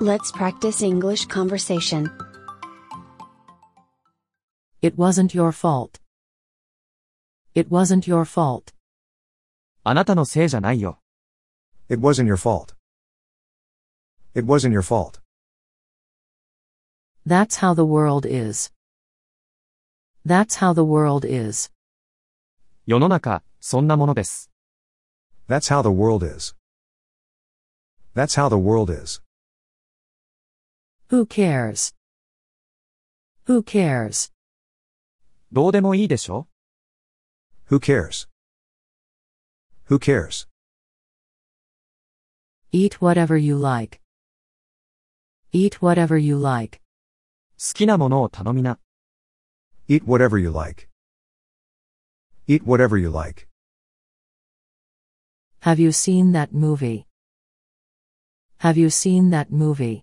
Let's practice English conversation. It wasn't your fault. It wasn't your fault. あなたのせいじゃないよ。 It wasn't your fault. It wasn't your fault. That's how the world is. That's how the world is. 世の中、そんなものです。 That's how the world is. That's how the world is. Who cares? Who cares? どうでもいいでしょ Who cares? Who cares? Eat whatever you like. Eat whatever you like. 好きなものを頼みな。 Eat whatever you like. Eat whatever you like. Have you seen that movie? Have you seen that movie?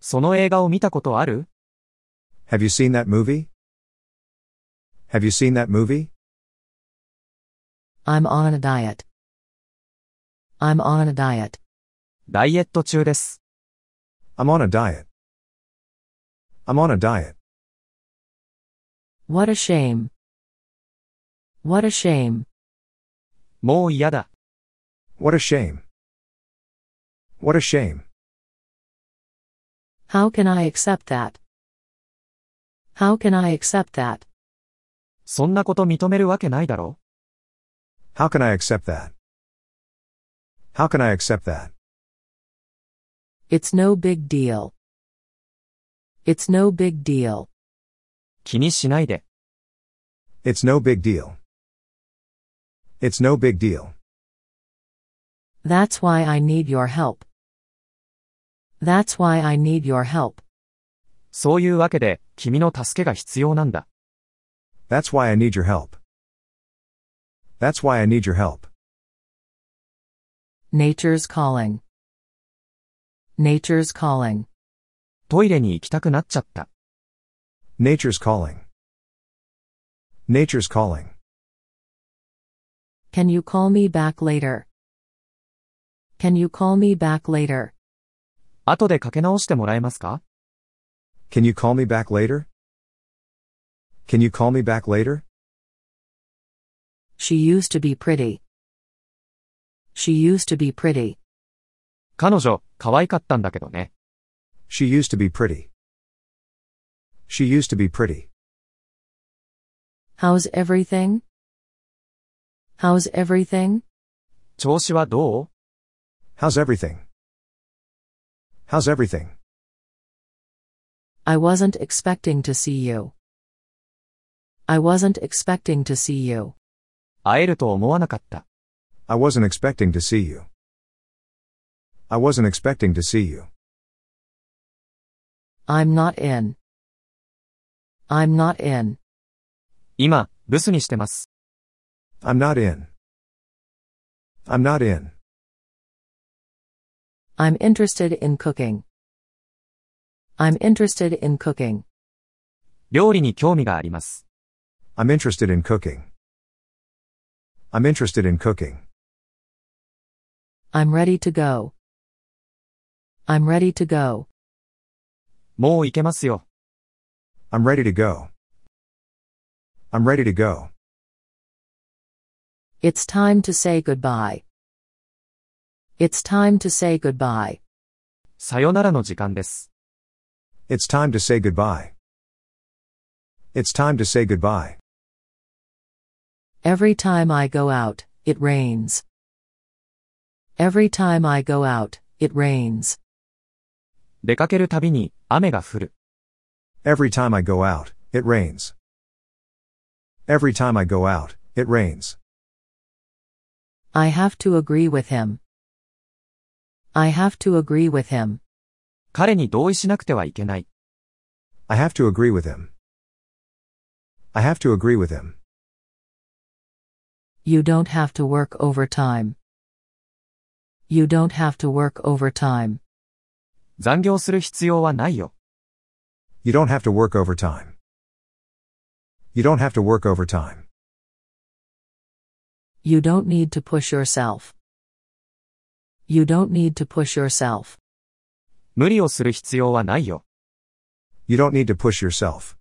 その映画を見たことある Have you seen that movie? Have you seen that movie? I'm on a diet. I'm on a diet. ダイエット中です。 I'm on a diet. I'm on a diet. What a shame. What a shame. もう嫌だ。 What a shame. What a shame. How can I accept that? How can I accept that? そんなこと認めるわけないだろ。 How can I accept that? How can I accept that? It's no big deal. It's no big deal. 気にしないで。 It's no big deal. It's no big deal. That's why I need your help. That's why I need your help. そういうわけで、君の助けが必要なんだ。 That's why I need your help. That's why I need your help. Nature's calling. Nature's calling. トイレに行きたくなっちゃった。 Nature's calling. Nature's calling. Can you call me back later? Can you call me back later? 後でかけ直してもらえますか Can you call me back later? Can you call me back later? She used to be pretty. She used to be pretty. 彼女、可愛かったんだけどね。 She used to be pretty. She used to be pretty. How's everything? How's everything? 調子はどう How's everything? How's everything? I wasn't expecting to see you. I wasn't expecting to see you. 会えると思わなかった。 I wasn't expecting to see you. I wasn't expecting to see you. I'm not in. I'm not in. 今、留守にしてます。 I'm not in. I'm not in. I'm interested in cooking. I'm interested in cooking. 料理に興味があります。 I'm interested in cooking. I'm interested in cooking. I'm ready to go. I'm ready to go. もう行けますよ。 I'm ready to go. I'm ready to go. It's time to say goodbye. It's time to say goodbye. さよならの時間です。 It's time to say goodbye. It's time to say goodbye. Every time I go out, it rains. Every time I go out, it rains. 出かけるたびに雨が降る。 Every time I go out, it rains. Every time I go out, it rains. I have to agree with him. I have to agree with him. 彼に同意しなくてはいけない。 I have to agree with him. I have to agree with him. You don't have to work overtime. You don't have to work overtime. 残業する必要はないよ。 You don't have to work overtime. You don't have to work overtime. You don't need to push yourself. You don't need to push yourself. 無理をする必要はないよ。 You don't need to push yourself.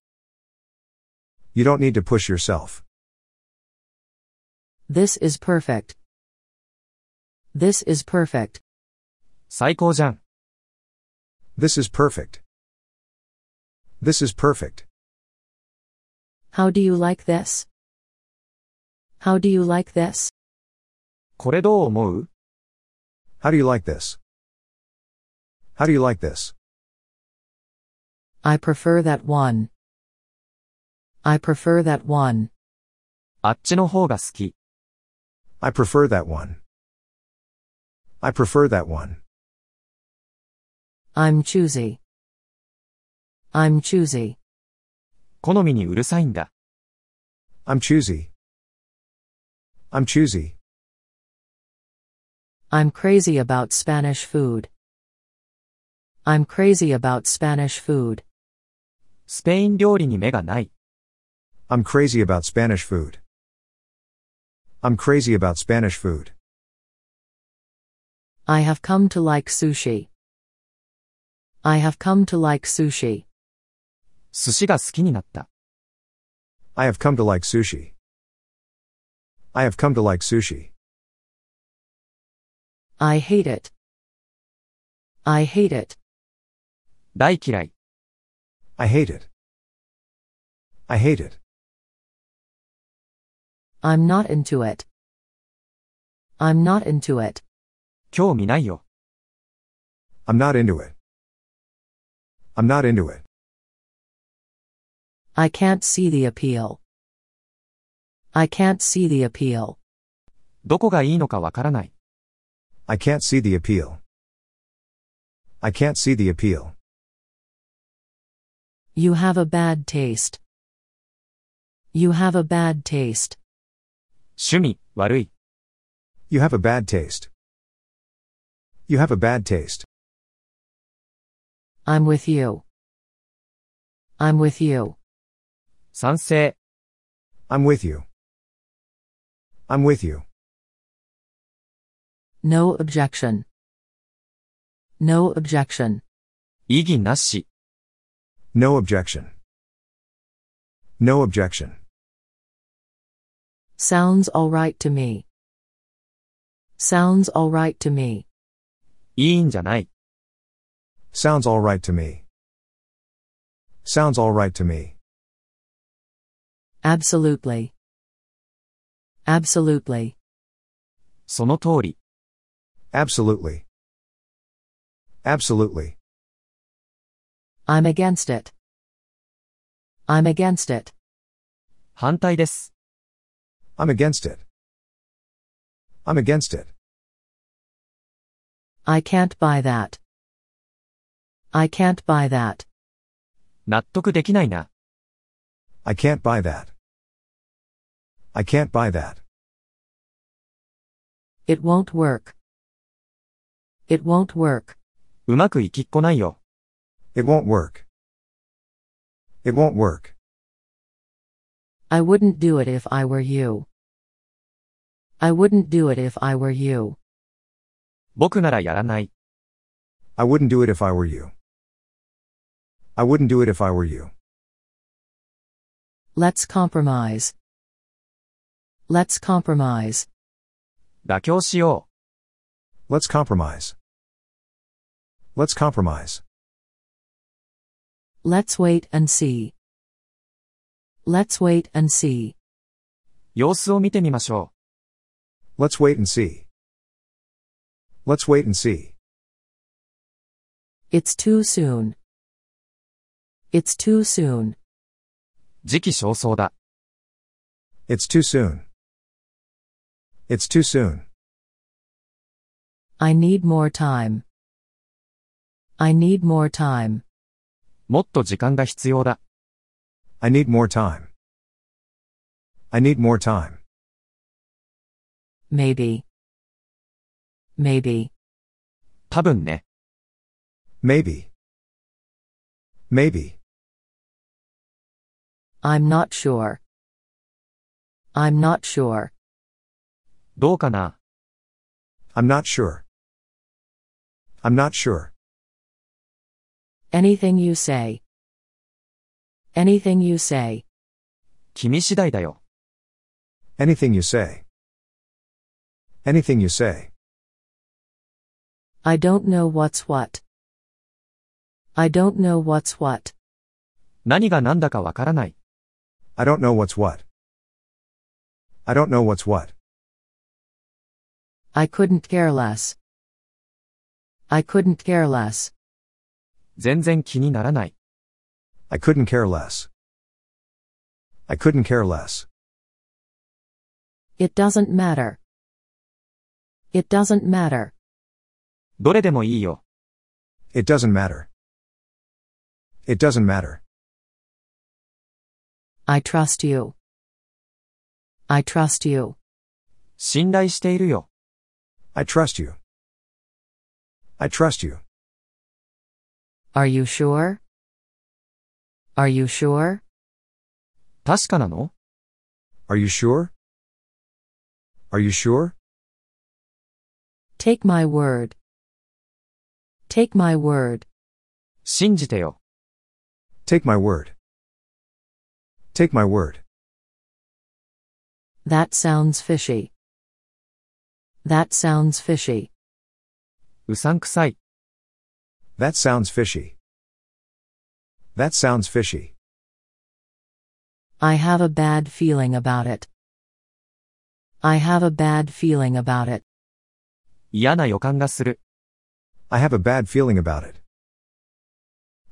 You don't need to push yourself. This is perfect. This is perfect. 最高じゃん。 This is perfect. This is perfect. How do you like this? How do you like this? これどう思う How do you like this? How do you like this? I prefer that one. I prefer that one. あっちの方が好き。 I prefer that one. I prefer that one. I'm choosy. I'm choosy. 好みにうるさいんだ。 I'm choosy. I'm choosy. I'm crazy about Spanish food. I'm crazy about Spanish food. スペイン料理に目がない。 I'm crazy about Spanish food. I'm crazy about Spanish food. I have come to like sushi. I have come to like sushi. 寿司が好きになった。 I have come to like sushi. I have come to like sushi. I hate it. I hate it. 大嫌い。 I hate it. I hate it. I'm not into it. I'm not into it. 興味ないよ。 I'm not into it. I'm not into it. I can't see the appeal. I can't see the appeal. どこがいいのかわからない。 I can't see the appeal. I can't see the appeal. You have a bad taste. You have a bad taste. 趣味、悪い。 You have a bad taste. You have a bad taste. I'm with you. I'm with you. 賛成。 I'm with you. I'm with you. No objection. No objection. 異議なし。 No objection. No objection. Sounds alright to me. Sounds alright to me. いいんじゃない。 Sounds all right to me. Sounds all right to me. Absolutely. Absolutely. その通り。 Absolutely. Absolutely. I'm against it. I'm against it. 反対です。 I'm against it. I'm against it. I can't buy that. I can't buy that. 納得できないな。 I can't buy that. I can't buy that. It won't work. It won't work. うまくいきっこないよ。 It won't work. It won't work. I wouldn't do it if I were you. I wouldn't do it if I were you. 僕ならやらない。 I wouldn't do it if I were you. I wouldn't do it if I were you. Let's compromise. Let's compromise. 妥協しよ Let's compromise. Let's compromise. Let's wait and see. Let's wait and see. う。様子を見てみましょ Let's wait and see. Let's wait and see. It's too soon. It's too soon. う。時期尚早だ。 It's too soon. It's too soon. I need more time. I need more time. もっと時間が必要だ。 I need more time. I need more time. Maybe. Maybe. 多分ね。 Maybe. Maybe. I'm not sure. I'm not sure. どうかな。 I'm not sure. I'm not sure. Anything you say. Anything you say. 君次第だよ。 Anything you say. Anything you say. I don't know what's what. I don't know what's what. 何が何だかわからない。 I don't know what's what. I don't know what's what. I couldn't care less. I couldn't care less. 全然気にならない。 I couldn't care less. I couldn't care less. It doesn't matter. It doesn't matter. どれでもいいよ。 It doesn't matter. It doesn't matter. I trust you. I trust you. 信頼しているよ。 I trust you. I trust you. Are you sure? Are you sure? 確かなの Are you sure? Are you sure? Take my word. Take my word. 信じてよ。 Take my word. Take my word. That sounds fishy. That sounds fishy. うさんくさい。 That sounds fishy. That sounds fishy. I have a bad feeling about it. I have a bad feeling about it. 嫌な予感がする。 I have a bad feeling about it.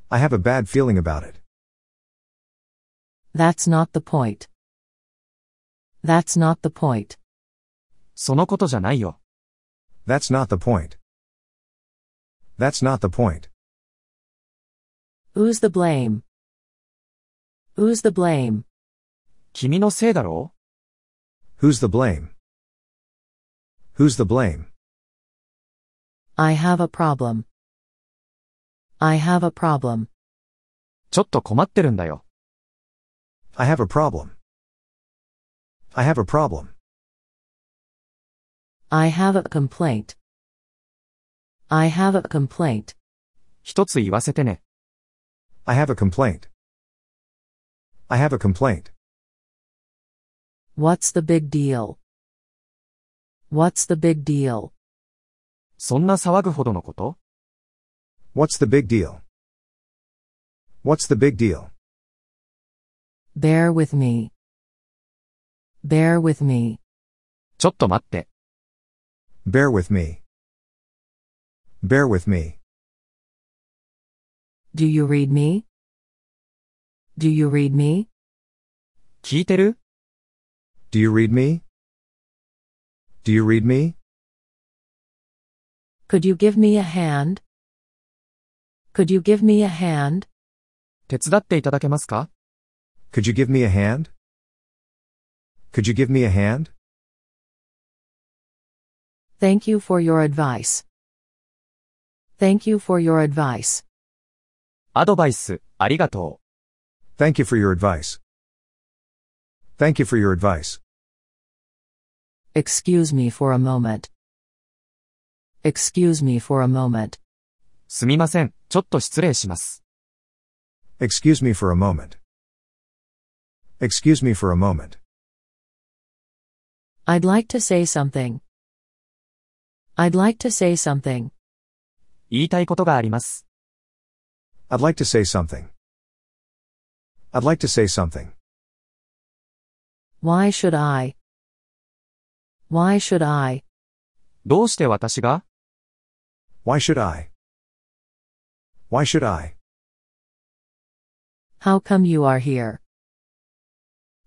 I have a bad feeling about it. That's not the point. That's not the point. そのことじゃないよ。 That's not the point. That's not the point. Who's the blame? Who's the blame? 君のせいだろ Who's the blame? Who's the blame? I have a problem. I have a problem. うちょっと困ってるんだよ。 I have a problem. I have a problem. I have a complaint. I have a complaint. 一つ言わせてね。 I have a complaint. I have a complaint. What's the big deal? What's the big deal? そんな騒ぐほどのこと What's the big deal? What's the big deal? Bear with me. Bear with me. ちょっと待って。 Bear with me. Bear with me. Do you read me? Do you read me? 聞いてる Do you read me? Do you read me? Could you give me a hand? Could you give me a hand? 手伝っていただけますか Could you give me a hand? Could you give me a hand? Thank you for your advice. Thank you for your advice. アドバイス、ありがとう。 Thank you for your advice. Thank you for your advice. Excuse me for a moment. Excuse me for a moment. すみません、ちょっと失礼します。 Excuse me for a moment. Excuse me for a moment. I'd like to say something. I'd like to say something. 言いたいことがあります。 I'd like to say something. I'd like to say something. Why should I? Why should I? どうして私が Why should I? Why should I? How come you are here?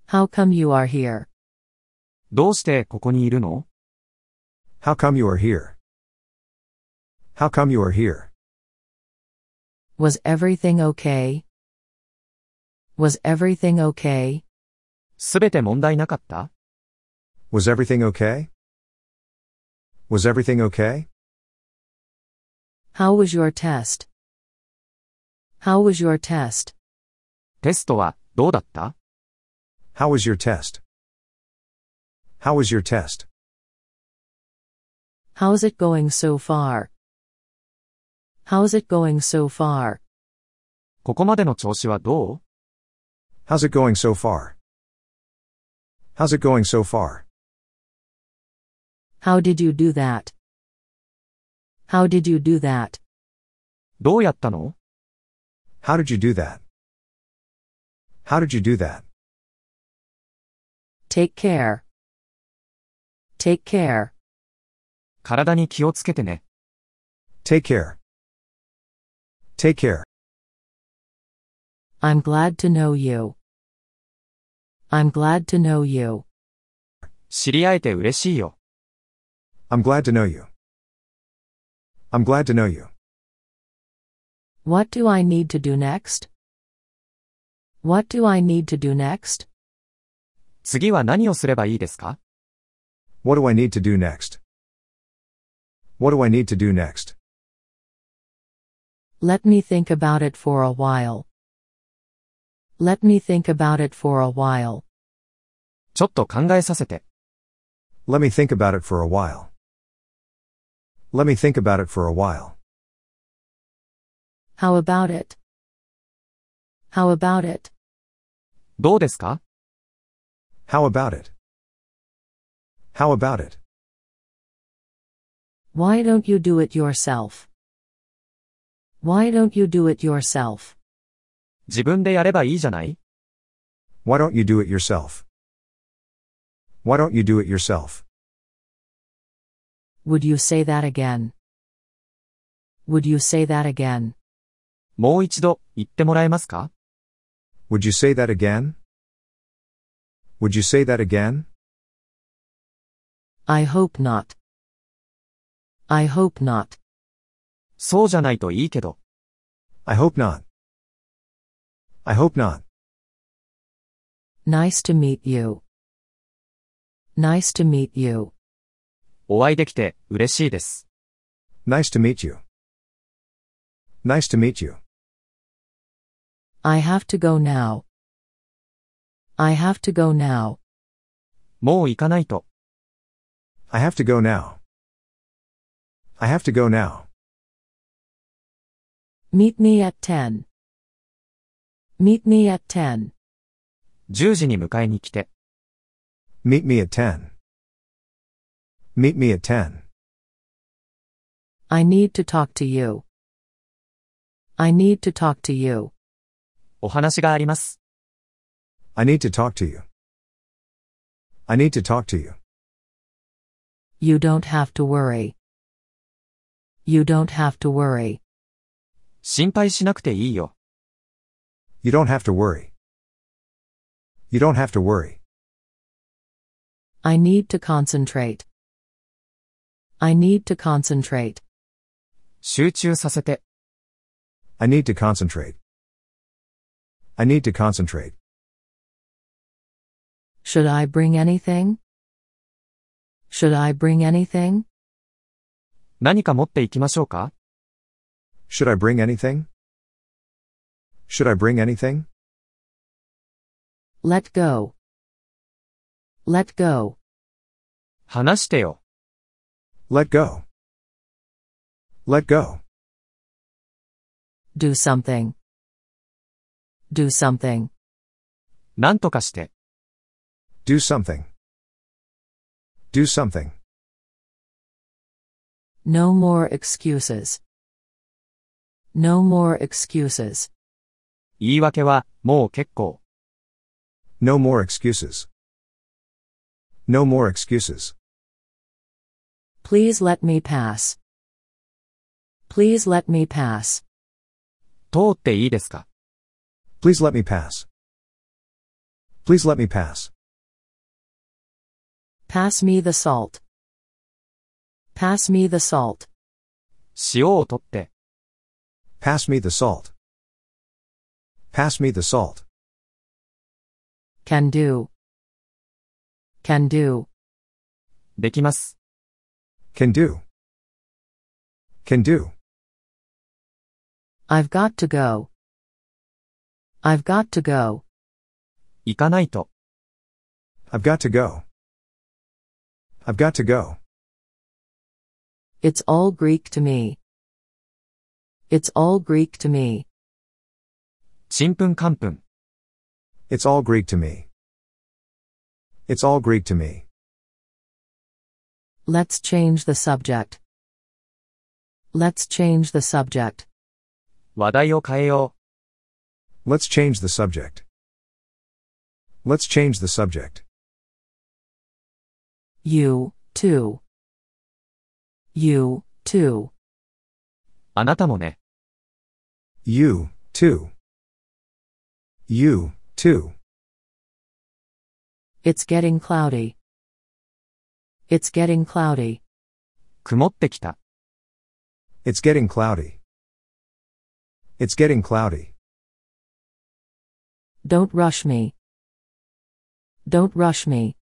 How come you are here? どうしてここにいるの How come you are here? How come you are here? Was everything okay? Was everything okay? すべて問題なかった Was everything okay? Was everything okay? How was your test? How was your test? テストはどうだった How was your test? How was your test? How's it going so far? How's it going so far? ここまでの調子はどう How's it going so far? How's it going so far? How did you do that? How did you do that? どうやったの How did you do that? How did you do that? Take care. Take care. 体に気をつけてね。 Take care. Take care. I'm glad to know you. I'm glad to know you. 知り合えて嬉しいよ。 I'm glad to know you. I'm glad to know you. What do I need to do next? What do I need to do next? 次は何をすればいいですか What do I need to do next? What do I need to do next? Let me think about it for a while. Let me think about it for a while. ちょっと考えさせて。 Let me think about it for a while. Let me think about it for a while. How about it? How about it? どうですか How about it? How about it? Why don't you do it yourself? Why don't you do it yourself? 自分でやればいいじゃない Why don't you do it yourself? Why don't you do it yourself? Would you say that again? Would you say that again? もう一度、言ってもらえますか Would you say that again? Would you say that again? I hope not. I hope not. そうじゃないといいけど。 I hope not. I hope not. Nice to meet you. Nice to meet you. お会いできて、嬉しいです。 Nice to meet you. Nice to meet you. I have to go now. I have to go now. もう行かないと。 I have to go now. I have to go now. Meet me at 10. Meet me at 10. 10時に迎えに来て。 Meet me at 10. Meet me at 10. I need to talk to you. I need to talk to you. お話があります。 I need to talk to you. I need to talk to you. You don't have to worry. You don't have to worry. 心配しなくていいよ。 You don't have to worry. You don't have to worry. I need to concentrate. I need to concentrate. 集中させて。 I need to concentrate. I need to concentrate. Should I bring anything? Should I bring anything? 何か持っていきましょうか Should I bring anything? Should I bring anything? Let go. Let go. 話してよ。 Let go. Let go. Do something. Do something. 何とかして。 Do something. Do something. No more excuses. No more excuses. 言い訳は、もう結構。 No more excuses. No more excuses. Please let me pass. Please let me pass. 通っていいですか Please let me pass. Please let me pass. Pass me the salt. Pass me the salt. 塩を取って。 Pass me the salt. Pass me the salt. Can do. Can do. できます。 Can do. Can do. I've got to go. I've got to go. 行かないと。 I've got to go. I've got to go. It's all Greek to me. It's all Greek to me. ちんぷんかんぷん。 It's all Greek to me. It's all Greek to me. Let's change the subject. Let's change the subject. 話題を変えよ Let's change the subject. Let's change the subject. You, too. You, too. う。あなたもね。 You, too. You, too. It's getting cloudy. It's getting cloudy. 曇ってきた。 It's getting cloudy. It's getting cloudy. Don't rush me. Don't rush me.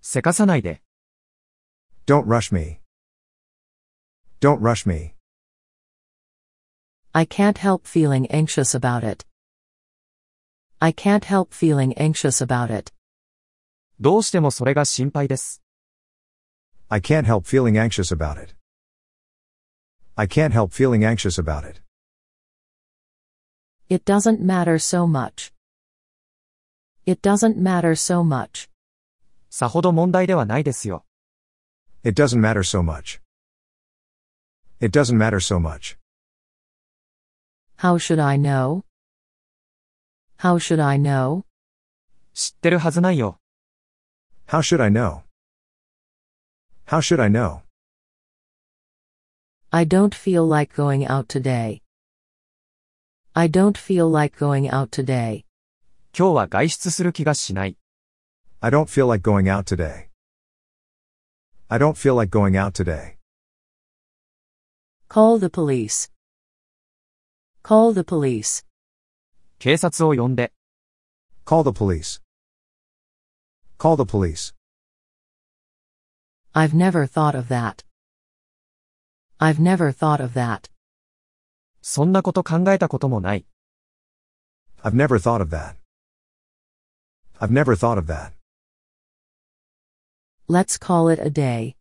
せかさないで。 Don't rush me. Don't rush me. I can't help feeling anxious about it. I can't help feeling anxious about it. どうしてもそれが心配です。 I can't help feeling anxious about it. I can't help feeling anxious about it. It doesn't matter so much. It doesn't matter so much. さほど問題ではないですよ。 It doesn't matter so much. It doesn't matter so much. How should I know? How should I know? 知ってるはずないよ。 How should I know? How should I know? I don't feel like going out today. I don't feel like going out today. 今日は外出する気がしない。 I don't feel like going out today. I don't feel like going out today. Call the police. Call the police. 警察を呼んで。 Call the police. Call the police. I've never thought of that. I've never thought of that. そんなこと考えたこともない。 I've never thought of that. I've never thought of that. Let's call it a day.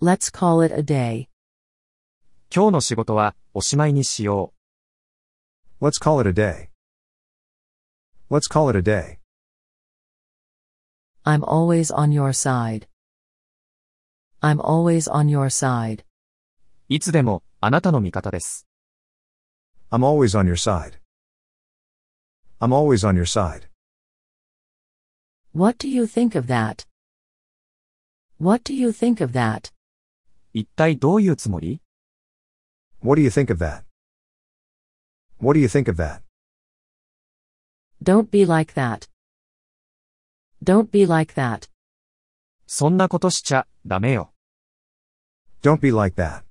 Let's call it a day. 今日の仕事はおしまいにしよ Let's call it a day. Let's call it a day. I'm always on your side. I'm always on your side. う。いつでもあなたの味方です。 I'm always on your side. I'm always on your side. What do you think of that? What do you think of that? 一体どういうつもり What do you think of that? What do you think of that? Don't be like that. Don't be like that. そんなことしちゃダメよ。 Don't be like that.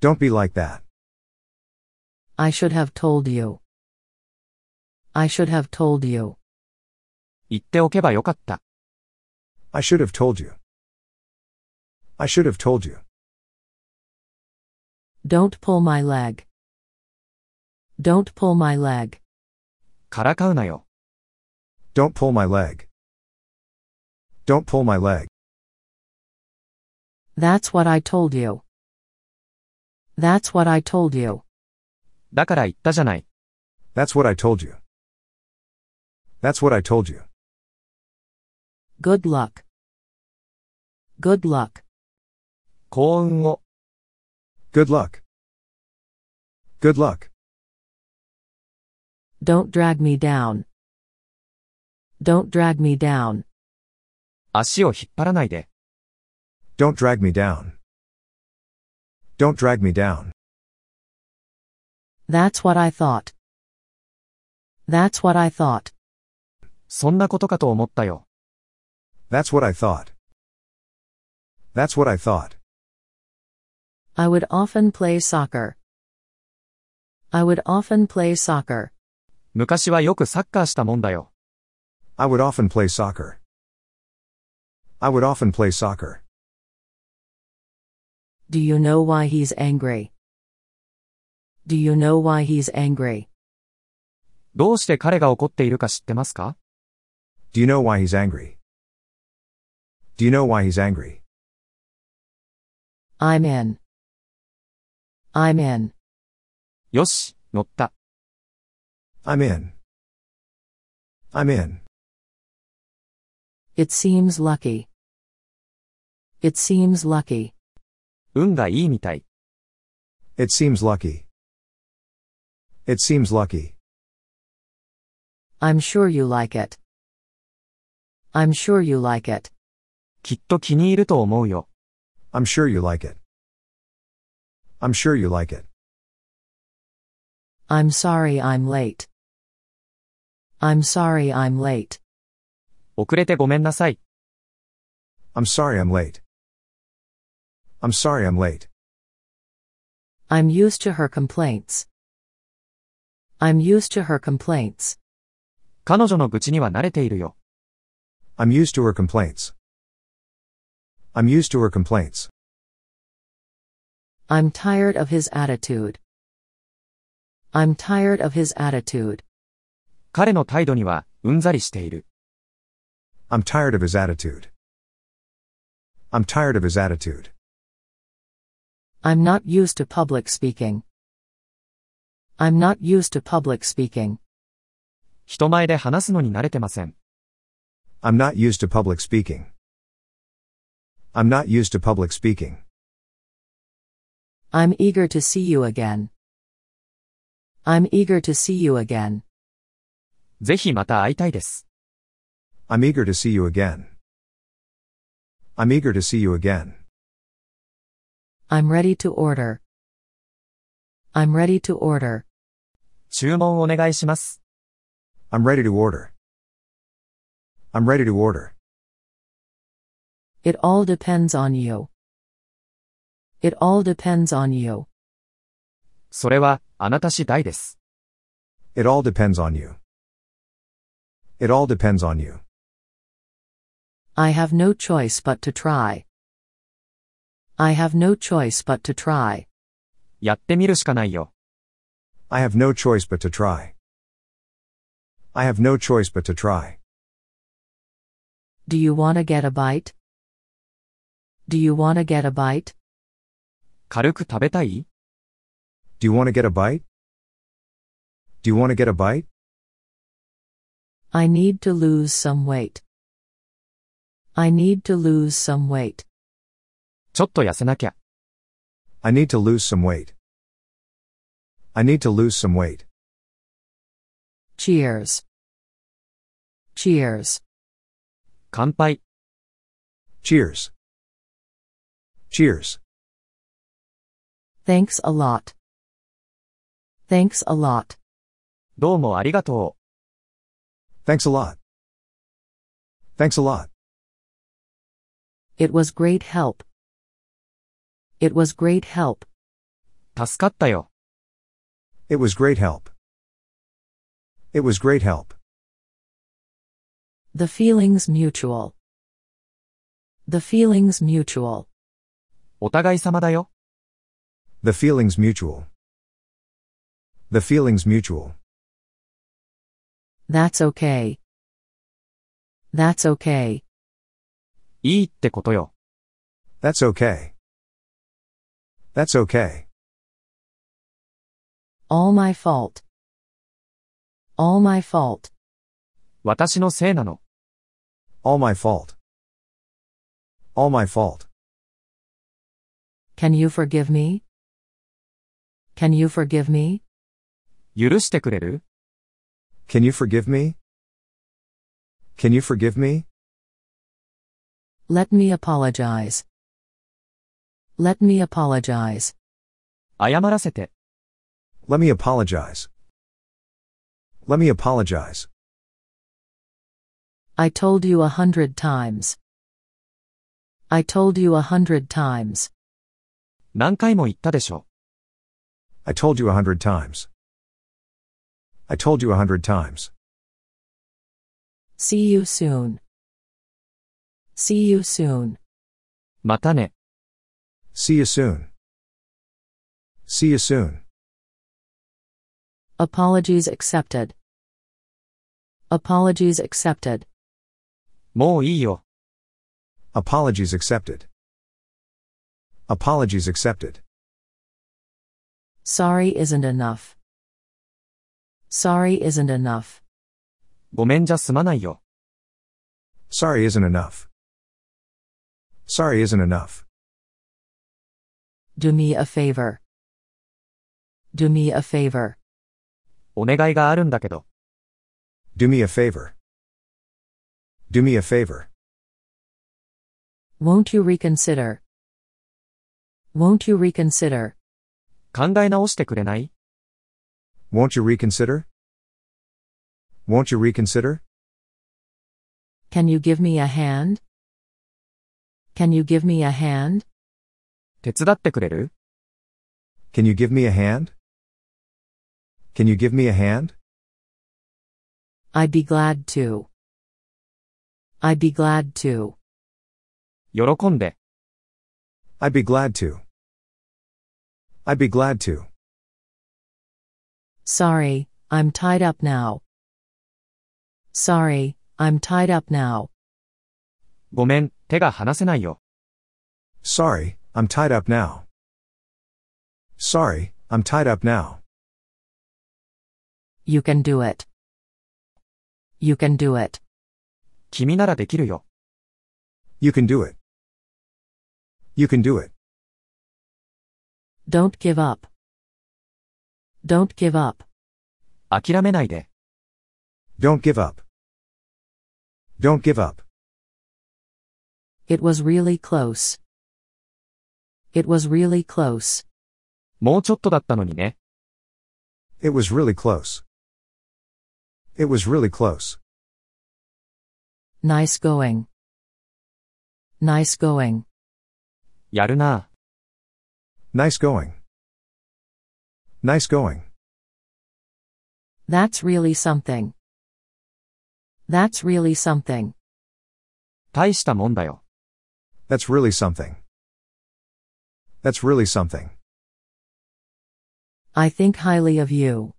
Don't be like that. I should have told you. I should have told you. 言っておけばよかった。 I should have told you. I should have told you. Don't pull my leg. Don't pull my leg. からかうなよ。 Don't pull my leg. Don't pull my leg. That's what I told you. That's what I told you. だから言ったじゃない。 That's what I told you. That's what I told you. Good luck. Good luck. 幸運を。 Good luck. Good luck. Don't drag me down. Don't drag me down. 足を引っ張らないで。 Don't drag me down. Don't drag me down. That's what I thought. That's what I thought. そんなことかと思ったよ。 That's what I thought. That's what I thought. I would often play soccer. I would often play soccer. 昔はよくサッカーしたもんだよ。 I would often play soccer. I would often play soccer. Do you know why he's angry? Do you know why he's angry? どうして彼が怒っているか知ってますか Do you know why he's angry? Do you know why he's angry? I'm in. I'm in. よし、乗った。 I'm in. I'm in. It seems lucky. It seems lucky. 運がいいみたい。 It seems lucky. It seems lucky. I'm sure you like it. I'm sure you like it. きっと気に入ると思うよ。 I'm sure you like it. I'm sure you like it. I'm sorry I'm late. I'm sorry I'm late. 遅れてごめんなさい。 I'm sorry I'm late. I'm sorry I'm late. I'm used to her complaints. I'm used to her complaints. 彼女の愚痴には慣れているよ。 I'm used to her complaints. I'm used to her complaints. I'm tired of his attitude. I'm tired of his attitude. 彼の態度には、うんざりしている。 I'm tired of his attitude. I'm tired of his attitude. I'm not used to public speaking. I'm not used to public speaking. 人前で話すのに慣れてません。 I'm not used to public speaking. I'm not used to public speaking. I'm eager to see you again. I'm eager to see you again. ぜひまた会いたいです。 I'm eager to see you again. I'm eager to see you again. I'm ready to order. I'm ready to order. 注文お願いします。 I'm ready to order. I'm ready to order. It all depends on you. It all depends on you. それは、あなた次第です。 It all depends on you. It all depends on you. I have no choice but to try. I have no choice but to try. やってみるしかないよ。 I have no choice but to try. I have no choice but to try. Do you want to get a bite? Do you want to get a bite? 軽く食べたい Do you want to get a bite? Do you want to get a bite? I need to lose some weight. I need to lose some weight. ちょっと痩せなきゃ。 I need to lose some weight. I need to lose some weight. Cheers. Cheers. 乾杯。 Cheers. Cheers. Thanks a lot. Thanks a lot. どうもありがとう。 Thanks a lot. Thanks a lot. It was great help. It was great help. 助かったよ。 It was great help. It was great help. The feelings mutual. The feelings mutual. お互い様だよ。 The feelings mutual. The feelings mutual. That's okay. That's okay. いいってことよ。 That's okay. That's okay. All my fault. All my fault. 私のせいなの。 All my fault. All my fault. Can you forgive me? Can you forgive me? 許してくれる Can you forgive me? Can you forgive me? Let me apologize. Let me apologize. 謝らせて。 Let me apologize. Let me apologize. I told you a hundred times. I told you a hundred times. 何回も言ったでしょ。 I told you a hundred times. I told you a hundred times. See you soon. See you soon. またね。 See you soon. See you soon. Apologies accepted. Apologies accepted. もういいよ。 Apologies accepted. Apologies accepted. Sorry isn't enough. Sorry isn't enough. ごめんじゃ済まないよ。 Sorry isn't enough. Sorry isn't enough. Do me a favor. Do me a favor. お願いがあるんだけど。 Do me a favor. Do me a favor. Won't you reconsider? Won't you reconsider? 考え直してくれない Won't you reconsider? Won't you reconsider? Can you give me a hand? Can you give me a hand? 手伝ってくれる Can you give me a hand? Can you give me a hand? I'd be glad to. I'd be glad to. 喜んで。 I'd be glad to. I'd be glad to. Sorry, I'm tied up now. Sorry, I'm tied up now. ごめん、手が離せないよ。 Sorry, I'm tied up now. Sorry, I'm tied up now. You can do it. You can do it. 君ならできるよ。 You can do it. You can do it. Don't give up. Don't give up. 諦めないで。 Don't give up. Don't give up. It was really close. It was really close. もうちょっとだったのにね。 It was really close. It was really close. Nice going. Nice going. やるなぁ。 Nice going. Nice going. That's really something. That's really something. 大したもんだよ。 That's really something. That's really something. I think highly of you.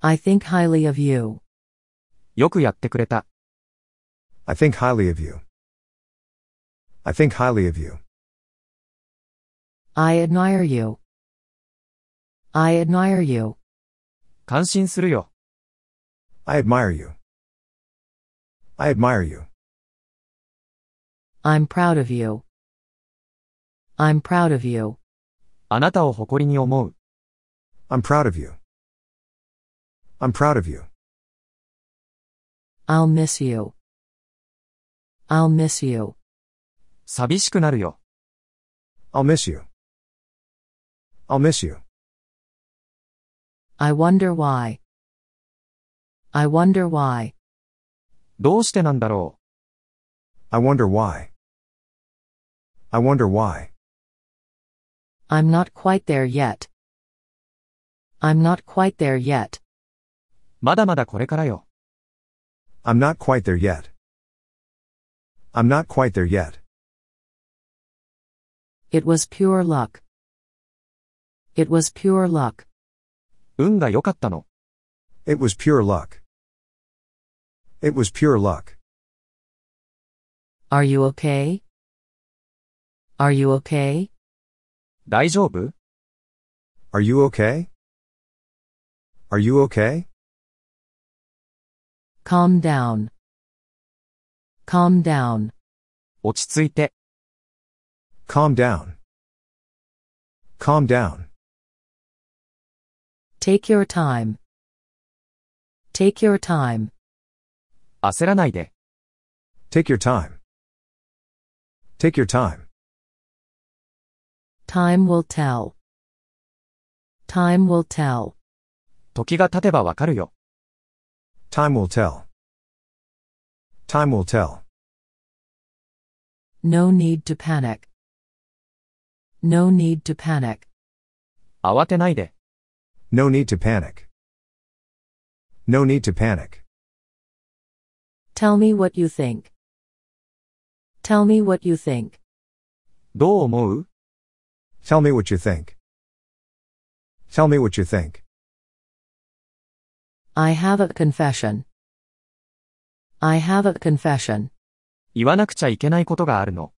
I think highly of you. よくやってくれた。 I think highly of you. I think highly of you. I admire you. I admire you. 感心するよ。 I admire you. I admire you. I'm proud of you. I'm proud of you. あなたを誇りに思う。 I'm proud of you. I'm proud of you. I'll miss you. I'll miss you. 寂しくなるよ。 I'll miss you. I'll miss you. I wonder why. I wonder why. どうしてなんだろ I wonder why. I wonder why. I'm not quite there yet. I'm not quite there yet. う。まだまだこれからよ。 I'm not quite there yet. I'm not quite there yet. It was pure luck. It was pure luck. 運が良かったの。 It was pure luck. It was pure luck. Are you okay? Are you okay? 大丈夫 Are you okay? Are you okay? Calm down. Calm down. 落ち着いて。 Calm down. Calm down. Take your time. Take your time. 焦らないで。 Take your time. Take your time. Time will tell. Time will tell. 時が経てばわかるよ。 Time will tell. Time will tell. No need to panic. No need to panic. 慌てないで。 No need to panic. No need to panic. Tell me what you think. Tell me what you think. どう思う Tell me what you think. Tell me what you think. I have a confession. I have a confession. 言わなくちゃいけないことがあるの。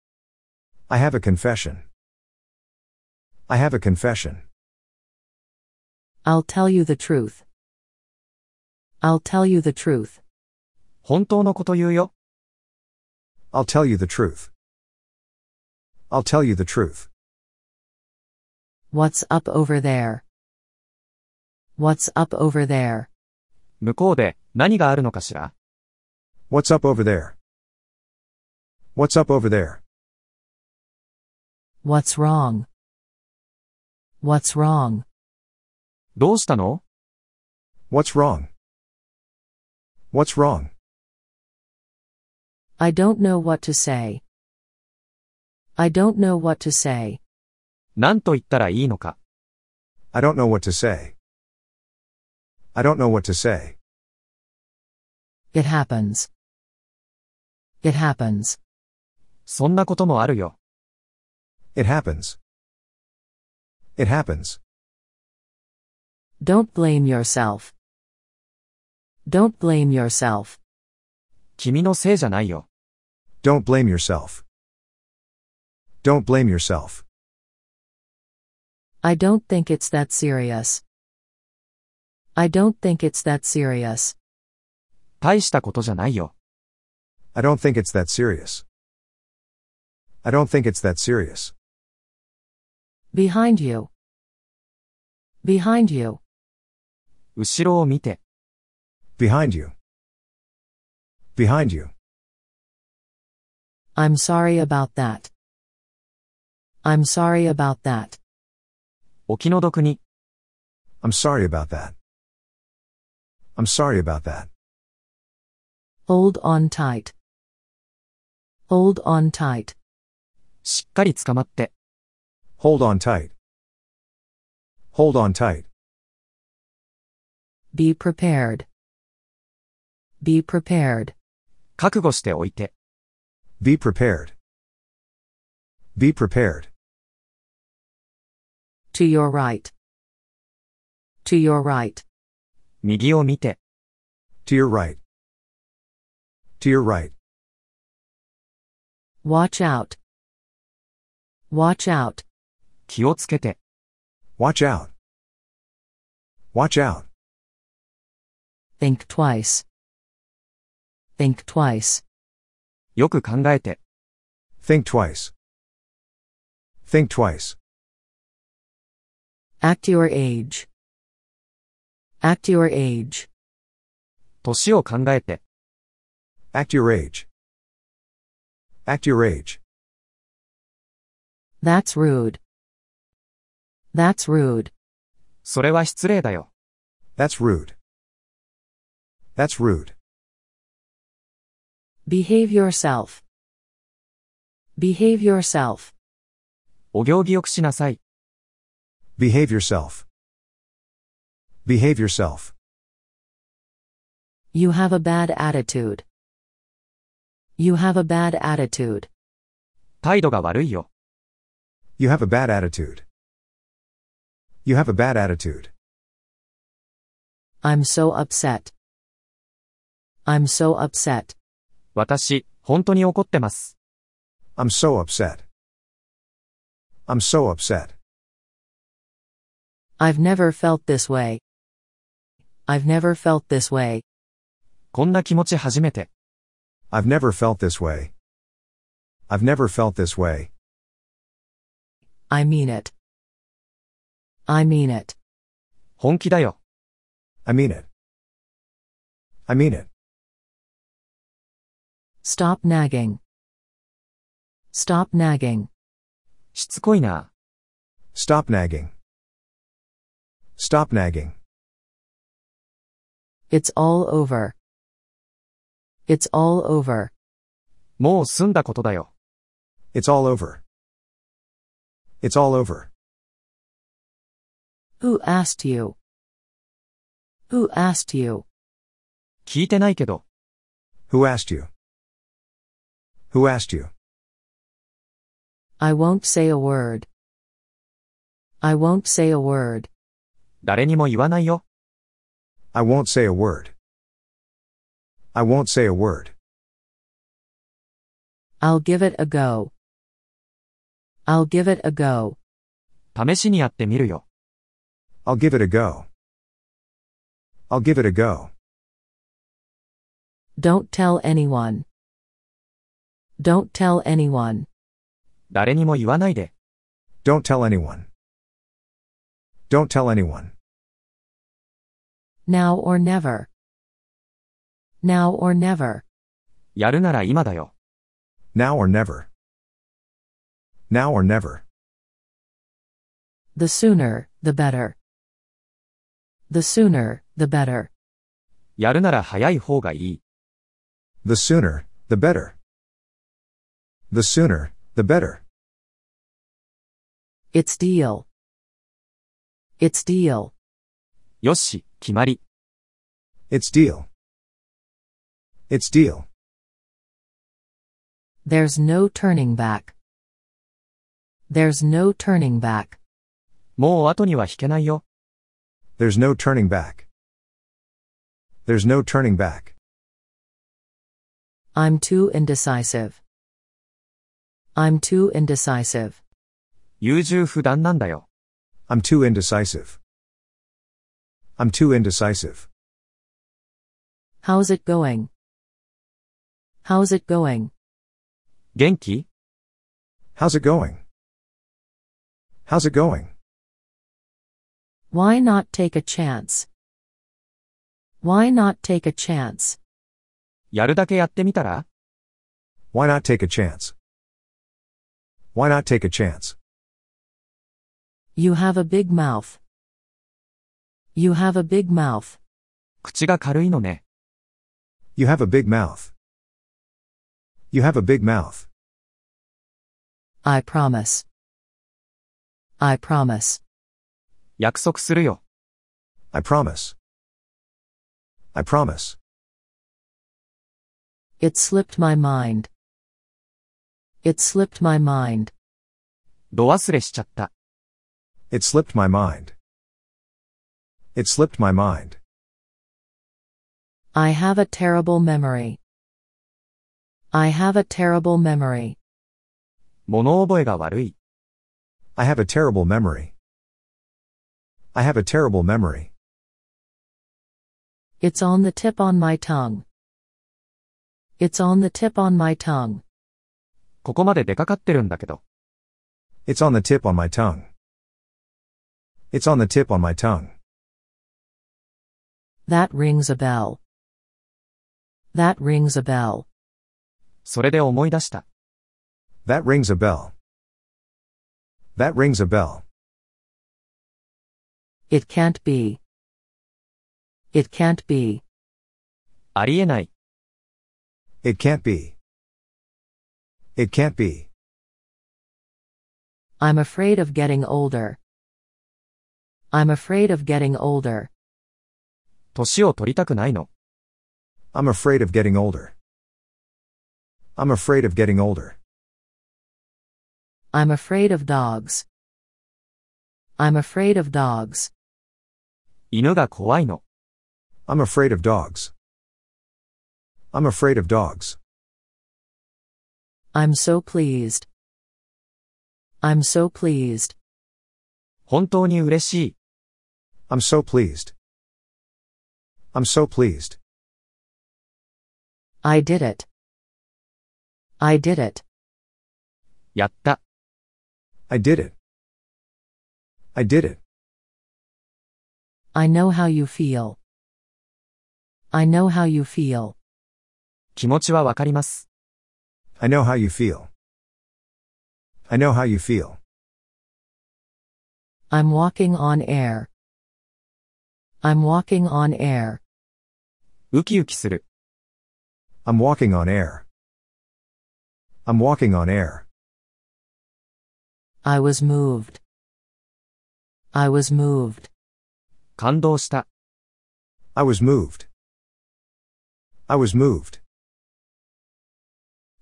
I have a confession. I have a confession. I'll tell you the truth. I'll tell you the truth. 本当のこと言うよ。 I'll tell you the truth. I'll tell you the truth. What's up over there? What's up over there? 向こうで何があるのかしら What's up over there? What's up over there? What's wrong? What's wrong? どうしたの What's wrong? What's wrong? I don't know what to say. I don't know what to say. 何と言ったらいいのか。 I don't know what to say. I don't know what to say. It happens. It happens. そんなこともあるよ。 It happens. It happens. Don't blame yourself. Don't blame yourself. 君のせいじゃないよ。 Don't blame yourself. Don't blame yourself. I don't think it's that serious. I don't think it's that serious. 大したことじゃないよ。 I don't think it's that serious. I don't think it's that serious. Behind you. Behind you. 後ろを見て。 Behind you. Behind you. I'm sorry about that. I'm sorry about that. お気の毒に。 I'm sorry about that. I'm sorry about that. Hold on tight. Hold on tight. しっかり捕まって。 Hold on tight. Hold on tight. Be prepared. Be prepared. 覚悟しておいて。 Be prepared. Be prepared. To your right. To your right. 右を見て。 To your right. To your right. Watch out. Watch out. 気をつけて。 Watch out. Watch out. Think twice. Think twice. よく考えて。 Think twice. Think twice. Act your age. Act your age. 年を考えて。 Act your age. Act your age. That's rude. That's rude. それは失礼だよ。 That's rude. That's rude. Behave yourself. Behave yourself. お行儀よくしなさい。 Behave yourself. Behave yourself. You have a bad attitude. You have a bad attitude. 態度が悪いよ。 You have a bad attitude. You have a bad attitude. I'm so upset. I'm so upset. 私、本当に怒ってます。 I'm so upset. I'm so upset. I've never felt this way. I've never felt this way. こんな気持ち初めて。 I've never felt this way. I've never felt this way. I mean it. I mean it. 本気だよ。 I mean it. I mean it. Stop nagging. Stop nagging. しつこいな。 Stop nagging. Stop nagging. It's all over. It's all over. もう済んだことだよ。 It's all over. It's all over. Who asked you? Who asked you? 聞いてないけど、 Who asked you? Who asked you? I won't say a word. I won't say a word. 誰にも言わないよ。 I won't say a word. I won't say a word. I'll give it a go. I'll give it a go. 試しにやってみるよ。 I'll give it a go. I'll give it a go. Don't tell anyone. Don't tell anyone. 誰にも言わないで。 Don't tell anyone. Don't tell anyone. Now or never. Now or never. やるなら今だよ。 Now or never. Now or never. The sooner, the better. The sooner, the better. やるなら早い方がいい。 The sooner, the better. The sooner, the better. It's deal. It's deal. よし、決まり。 It's deal. It's deal. There's no turning back. There's no turning back. もう後には引けないよ。 There's no turning back. There's no turning back. I'm too indecisive. I'm too indecisive. 優柔不断なんだよ。 I'm too indecisive. I'm too indecisive. How's it going? How's it going? 元気 How's it going? How's it going? Why not take a chance? Why not take a chance? やるだけやってみたら Why not take a chance? Why not take a chance? You have a big mouth. You have a big mouth. 口が軽いのね。 You have a big mouth. You have a big mouth. I promise. I promise. 約束するよ。 I promise. I promise. It slipped my mind. It slipped my mind. 度忘れしちゃった。 It slipped my mind. It slipped my mind. I have a terrible memory. I have a terrible memory. 物覚えが悪い。 I have a terrible memory. I have a terrible memory. It's on the tip on my tongue. It's on the tip on my tongue. ここまで出かかってるんだけど。 It's on the tip on my tongue. It's on the tip on my tongue. That rings a bell. That rings a bell. それで思い出した。 That rings a bell. That rings a bell. It can't be. It can't be. ありえない。 It can't be. It can't be. I'm afraid of getting older. I'm afraid of getting older. 年を取りたくないの。 I'm afraid of getting older. I'm afraid of getting older. I'm afraid of dogs. I'm afraid of dogs. 犬が怖いの。 I'm afraid of dogs. I'm afraid of dogs. I'm so pleased. I'm so pleased. 本当に嬉しい。 I'm so pleased. I'm so pleased. I did it. I did it. やった。 I did it. I did it. I know how you feel. I know how you feel. 気持ちはわかります。 I know how you feel. I know how you feel. I'm walking on air. I'm walking on air. ウキウキする。 I'm walking on air. I'm walking on air. I was moved. I was moved. 感動した。 I was moved. I was moved.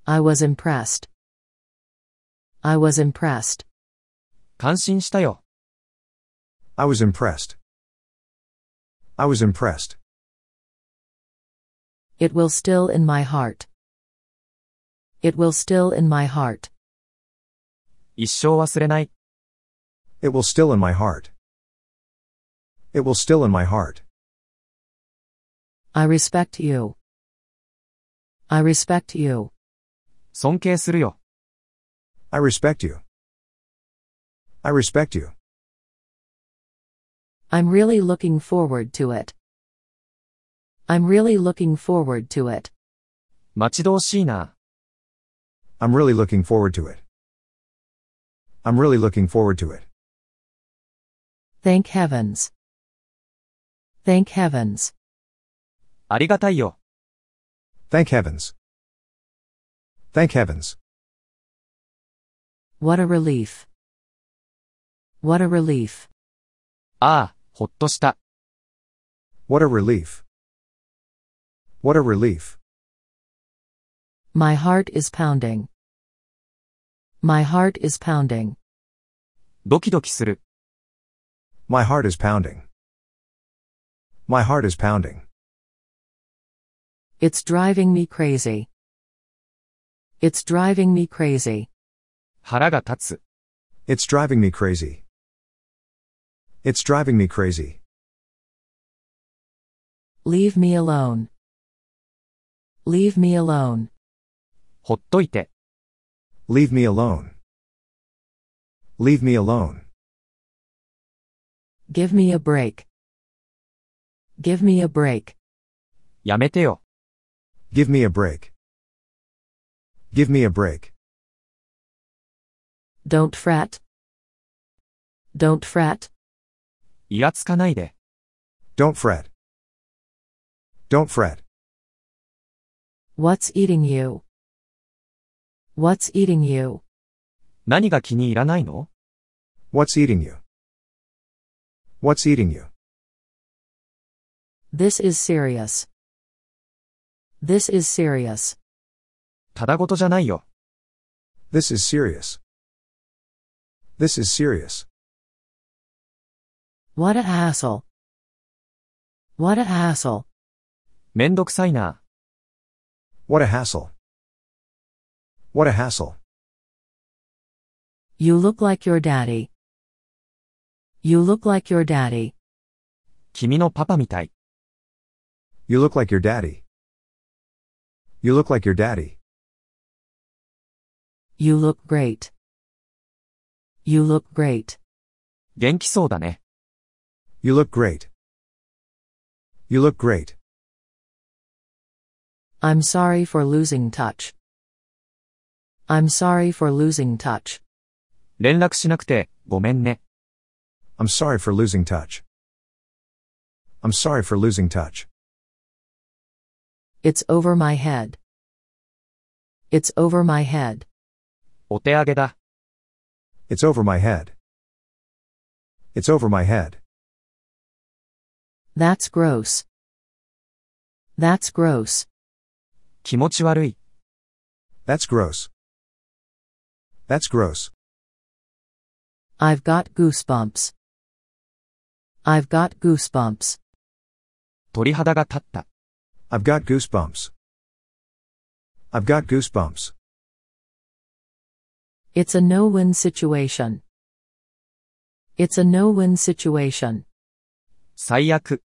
I was impressed. I was impressed. 感心したよ。 I was impressed. I was impressed. It will still in my heart. It will still in my heart. 一生忘れない。 It will still in my heart. It will still in my heart. I respect you. I respect you. 尊敬するよ。 I respect you. I respect you. I'm really looking forward to it. I'm really looking forward to it. 待ち遠しいな。 I'm really looking forward to it. I'm really looking forward to it. Thank heavens. Thank heavens. ありがたいよ。 Thank heavens. Thank heavens. What a relief. What a relief. ああ、ほっとした。 What a relief. What a relief. My heart is pounding. My heart is pounding. ドキドキする。 My heart is pounding. My heart is pounding. It's driving me crazy. It's driving me crazy. 腹が立つ。 It's driving me crazy. It's driving me crazy. Leave me alone. Leave me alone. ほっといて。 Leave me alone. Leave me alone. Give me a break. Give me a break. やめてよ。 Give me a break. Give me a break. Don't fret. Don't fret. イラつかないで。 Don't fret. Don't fret. What's eating you? What's eating you? 何が気に入らないの What's eating you? What's eating you? This is serious. This is serious. ただごとじゃないよ。 This is serious. This is serious. What a hassle. What a hassle. めんどくさいな。 What a hassle. What a hassle. You look like your daddy. You look like your daddy. 君のパパみたい。 You look like your daddy. You look like your daddy. You look great. You look great. 元気そうだね。 You look great. You look great. I'm sorry for losing touch. I'm sorry for losing touch. 連絡しなくて、ごめんね。 I'm sorry for losing touch. I'm sorry for losing touch. It's over my head. It's over my head. お手上げだ。 It's over my head. It's over my head. That's gross. That's gross. 気持ち悪い。 That's gross. That's gross. I've got goosebumps. I've got goosebumps. 鳥肌が立った。 I've got goosebumps. I've got goosebumps. It's a no-win situation. It's a no-win situation. 最悪。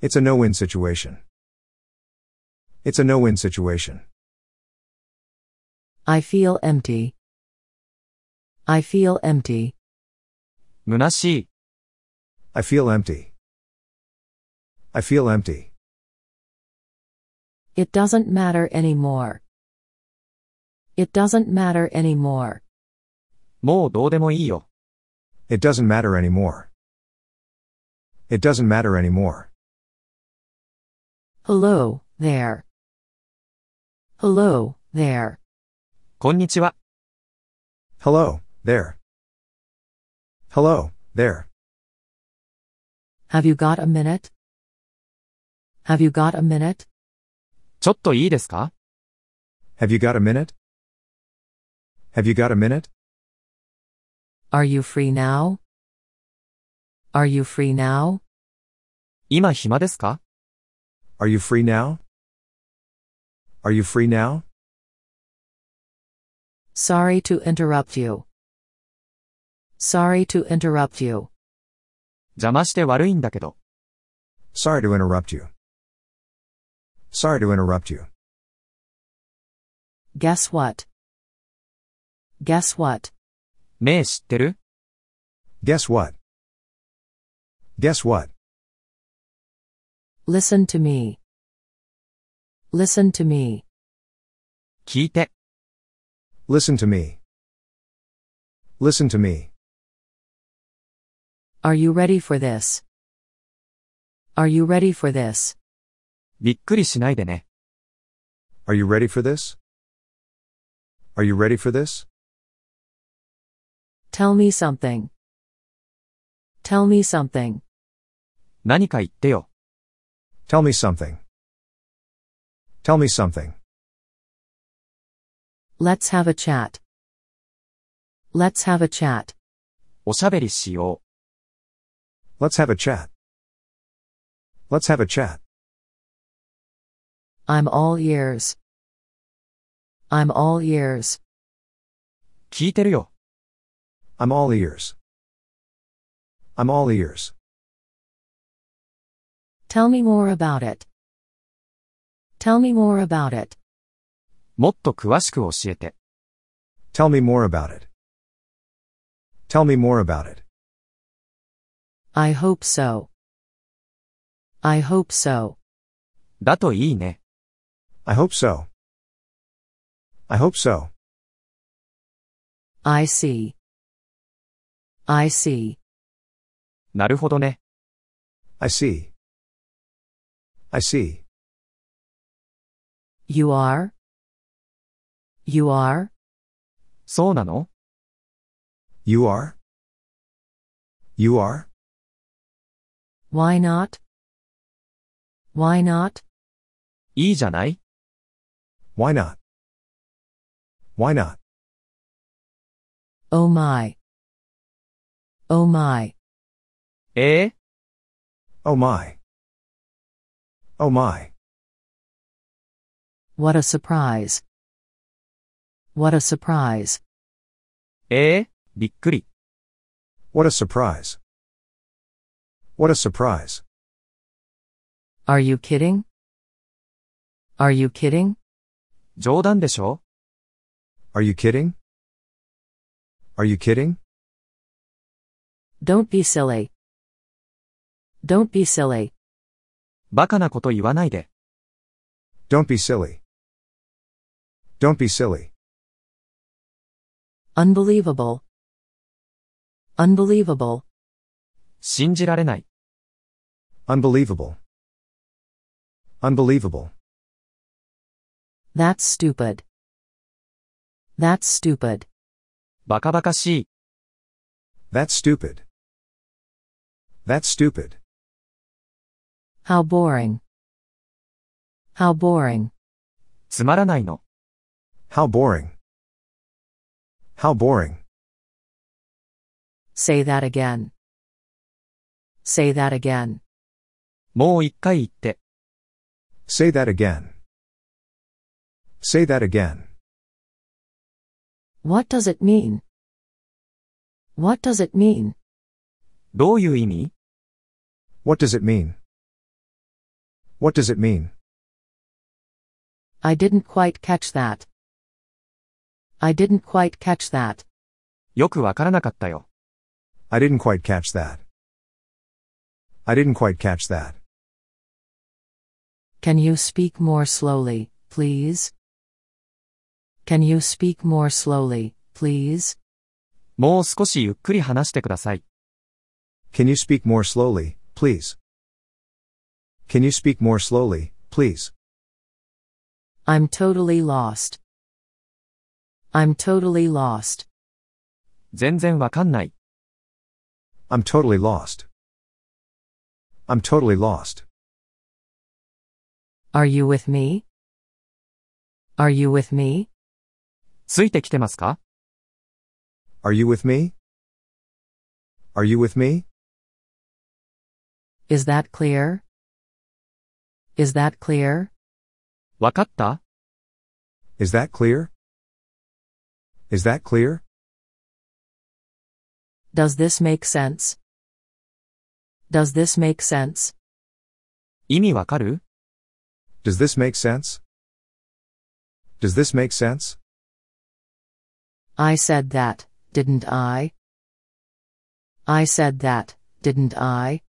It's a no win situation. It's a no win situation. I feel empty. I feel empty. 虚しい。 I feel empty. I feel empty. It doesn't matter anymore. It doesn't matter anymore. もうどうでもいいよ。 It doesn't matter anymore. It doesn't matter anymore. Hello, there. Hello, there. こんにちは。 Hello, there. Hello, there. Have you got a minute? Have you got a minute? ちょっといいですか Have you got a minute? Have you got a minute? Are you free now? Are you free now? 今暇ですか Are you free now? Are you free now? Sorry to interrupt you. Sorry to interrupt you. 邪魔して悪いんだけど。 Sorry to interrupt you. Sorry to interrupt you. Guess what? Guess what? ねえ知ってる Guess what? Guess what? Listen to me. Listen to me. 聞いて。 Listen to me. Listen to me. Are you ready for this? Are you ready for this? びっくりしないでね。 Are you ready for this? Are you ready for this? Tell me something. Tell me something. 何か言ってよ。 Tell me something. Tell me something. Let's have a chat. Let's have a chat. おしゃべりしよ Let's have a chat. Let's have a chat. I'm all ears. I'm all ears. う。聞いてるよ。 I'm all ears. I'm all ears. Tell me more about it. Tell me more about it. もっと詳しく教えて。 Tell me more about it. Tell me more about it. I hope so. I hope so. だといいね。 I hope so. I hope so. I see. I see. なるほどね。 I see. I see. You are? You are? そうなの You are? You are? Why not? Why not? いいじゃない Why not? Why not? Oh my. Oh my. ええ Oh my. Oh my. What a surprise. What a surprise. ええびっくり。 What a surprise. What a surprise. Are you kidding? Are you kidding? 冗談でしょ Are you kidding? Are you kidding? Don't be silly. Don't be silly. バカなこと言わないで。 Don't be silly. Don't be silly. Unbelievable. Unbelievable. 信じられない。 Unbelievable. Unbelievable. That's stupid. That's stupid. バカバカしい。 That's stupid. That's stupid. How boring. How boring. つまらないの。 How boring. How boring. Say that again. Say that again. もう一回言って。 Say that again. Say that again. What does it mean? What does it mean? どういう意味 What does it mean? What does it mean? I didn't quite catch that. I didn't quite catch that. よくわからなかったよ。 I didn't quite catch that. I didn't quite catch that. Can you speak more slowly, please? Can you speak more slowly, please? もう少しゆっくり話してください。 Can you speak more slowly, please? Can you speak more slowly, please? I'm totally lost. I'm totally lost. 全然わかんない。 I'm totally lost. I'm totally lost. Are you with me? Are you with me? ついてきてますか Are you with me? Are you with me? Is that clear? Is that clear? わかった Is that clear? Is that clear? Does this make sense? Does this make sense? 意味わかる Does this make sense? Does this make sense? I said that, didn't I? I said that, didn't I?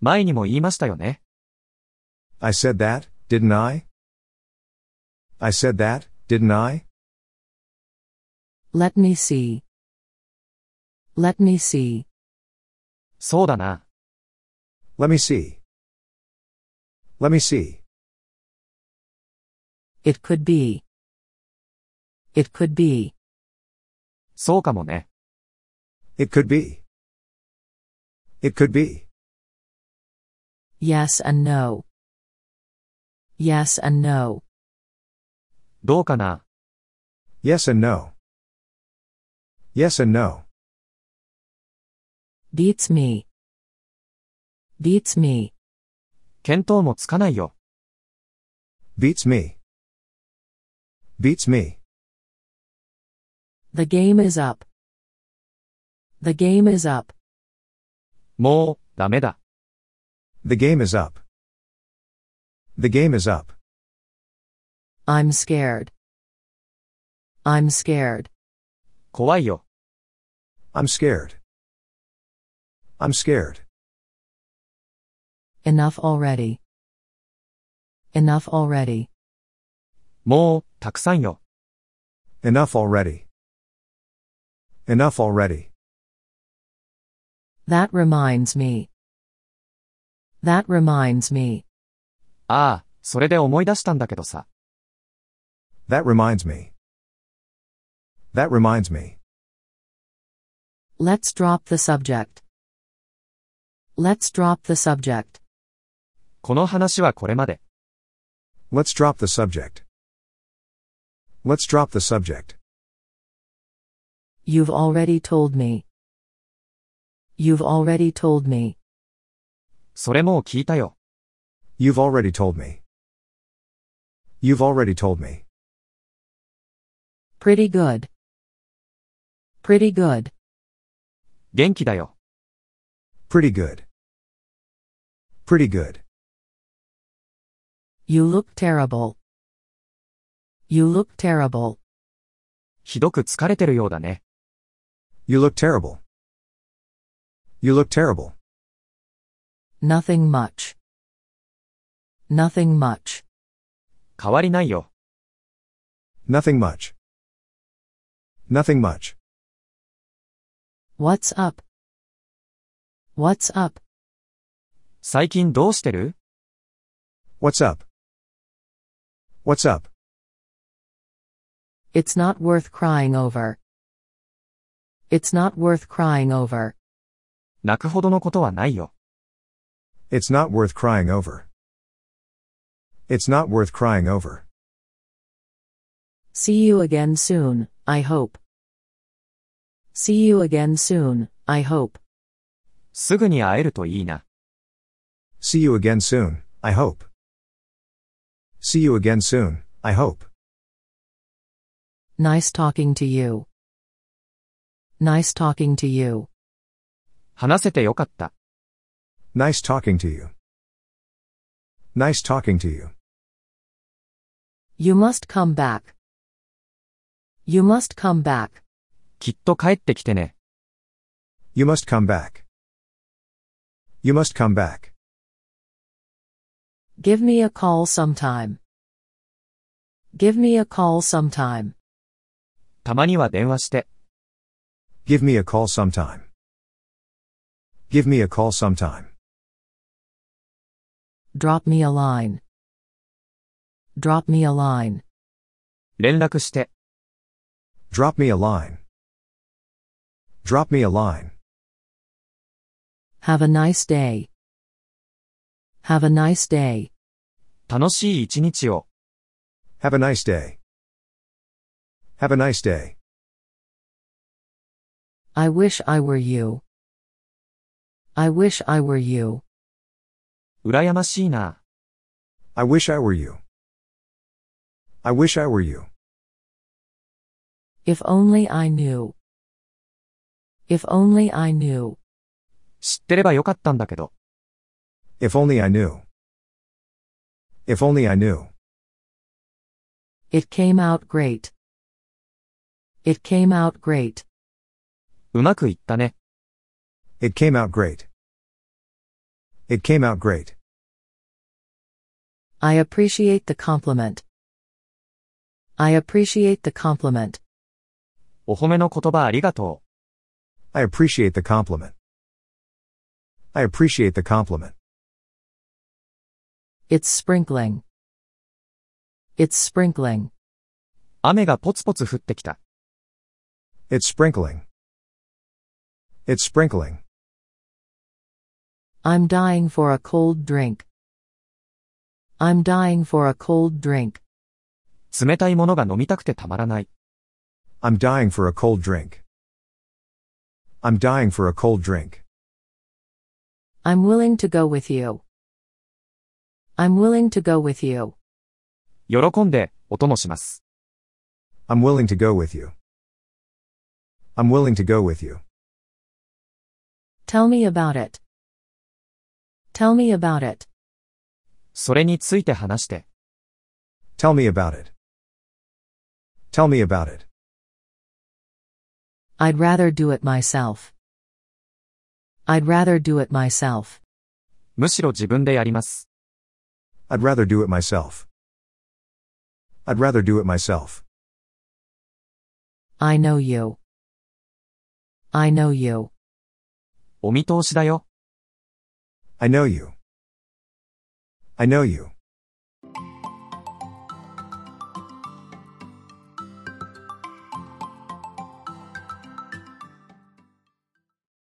前にも言いましたよね。 I said that, didn't I? I said that, didn't I? Let me see. Let me see. そうだな。 Let me see. Let me see. It could be. It could be. そうかもね。 It could be. It could be. Yes and no. Yes and no. どうかな。 Yes and no. Yes and no. Beats me. Beats me. 見当もつかないよ。 Beats me. Beats me. The game is up. The game is up. もう、ダメだ。 The game is up. The game is up. I'm scared. I'm scared. 怖いよ。 I'm scared. I'm scared. Enough already. Enough already. もう、たくさんよ。 Enough already. Enough already. That reminds me. That reminds me. ああ、それで思い出したんだけどさ。 That reminds me. That reminds me. Let's drop the subject. Let's drop the subject. この話はこれまで。 Let's drop the subject. Let's drop the subject. You've already told me. You've already told me. それもう聞いたよ。 You've already told me. You've already told me. Pretty good. Pretty good. 元気だよ。 Pretty good. Pretty good. You look terrible. You look terrible. ひどく疲れてるようだね。 You look terrible. You look terrible. Nothing much. Nothing much. 変わりないよ。 Nothing much. Nothing much. What's up? What's up? 最近どうしてる What's up? What's up? It's not worth crying over. It's not worth crying over. 泣くほどのことはないよ。 It's not worth crying over. It's not worth crying over. See you again soon, I hope. See you again soon, I hope. すぐに会えるといいな。 See you again soon, I hope. See you again soon, I hope. Nice talking to you. Nice talking to you. 話せてよかった。 Nice talking to you. Nice talking to you. You must come back. You must come back. きっと帰ってきてね。 You must come back. You must come back. Give me a call sometime. Give me a call sometime. たまには電話して。 Give me a call sometime. Give me a call sometime. Drop me a line. Drop me a line. 連絡して。 Drop me a line. Drop me a line. Have a nice day. Have a nice day. 楽しい一日を。 Have a nice day. Have a nice day. I wish I were you. I wish I were you. 羨ましいな。 I wish I were you. I wish I were you. If only I knew. If only I knew. 知ってればよかったんだけど。 If only I knew. If only I knew. It came out great. It came out great. うまくいったね。 It came out great. It came out great. I appreciate the compliment. I appreciate the compliment. お褒めの言葉ありがとう。 I appreciate the compliment. I appreciate the compliment. It's sprinkling. It's sprinkling. 雨がポツポツ降ってきた。 It's sprinkling. It's sprinkling. I'm dying for a cold drink. I'm dying for a cold drink. 冷たいものが飲みたくてたまらない。 I'm dying for a cold drink. I'm dying for a cold drink. I'm willing to go with you. I'm willing to go with you. 喜んで、お供します。 I'm willing to go with you. I'm willing to go with you. Tell me about it. Tell me about it. それについて話して。 Tell me about it. Tell me about it. I'd rather do it myself. I'd rather do it myself. むしろ自分でやります。 I'd rather do it myself. I'd rather do it myself. I know you. I know you. お見通しだよ。 I know you. I know you.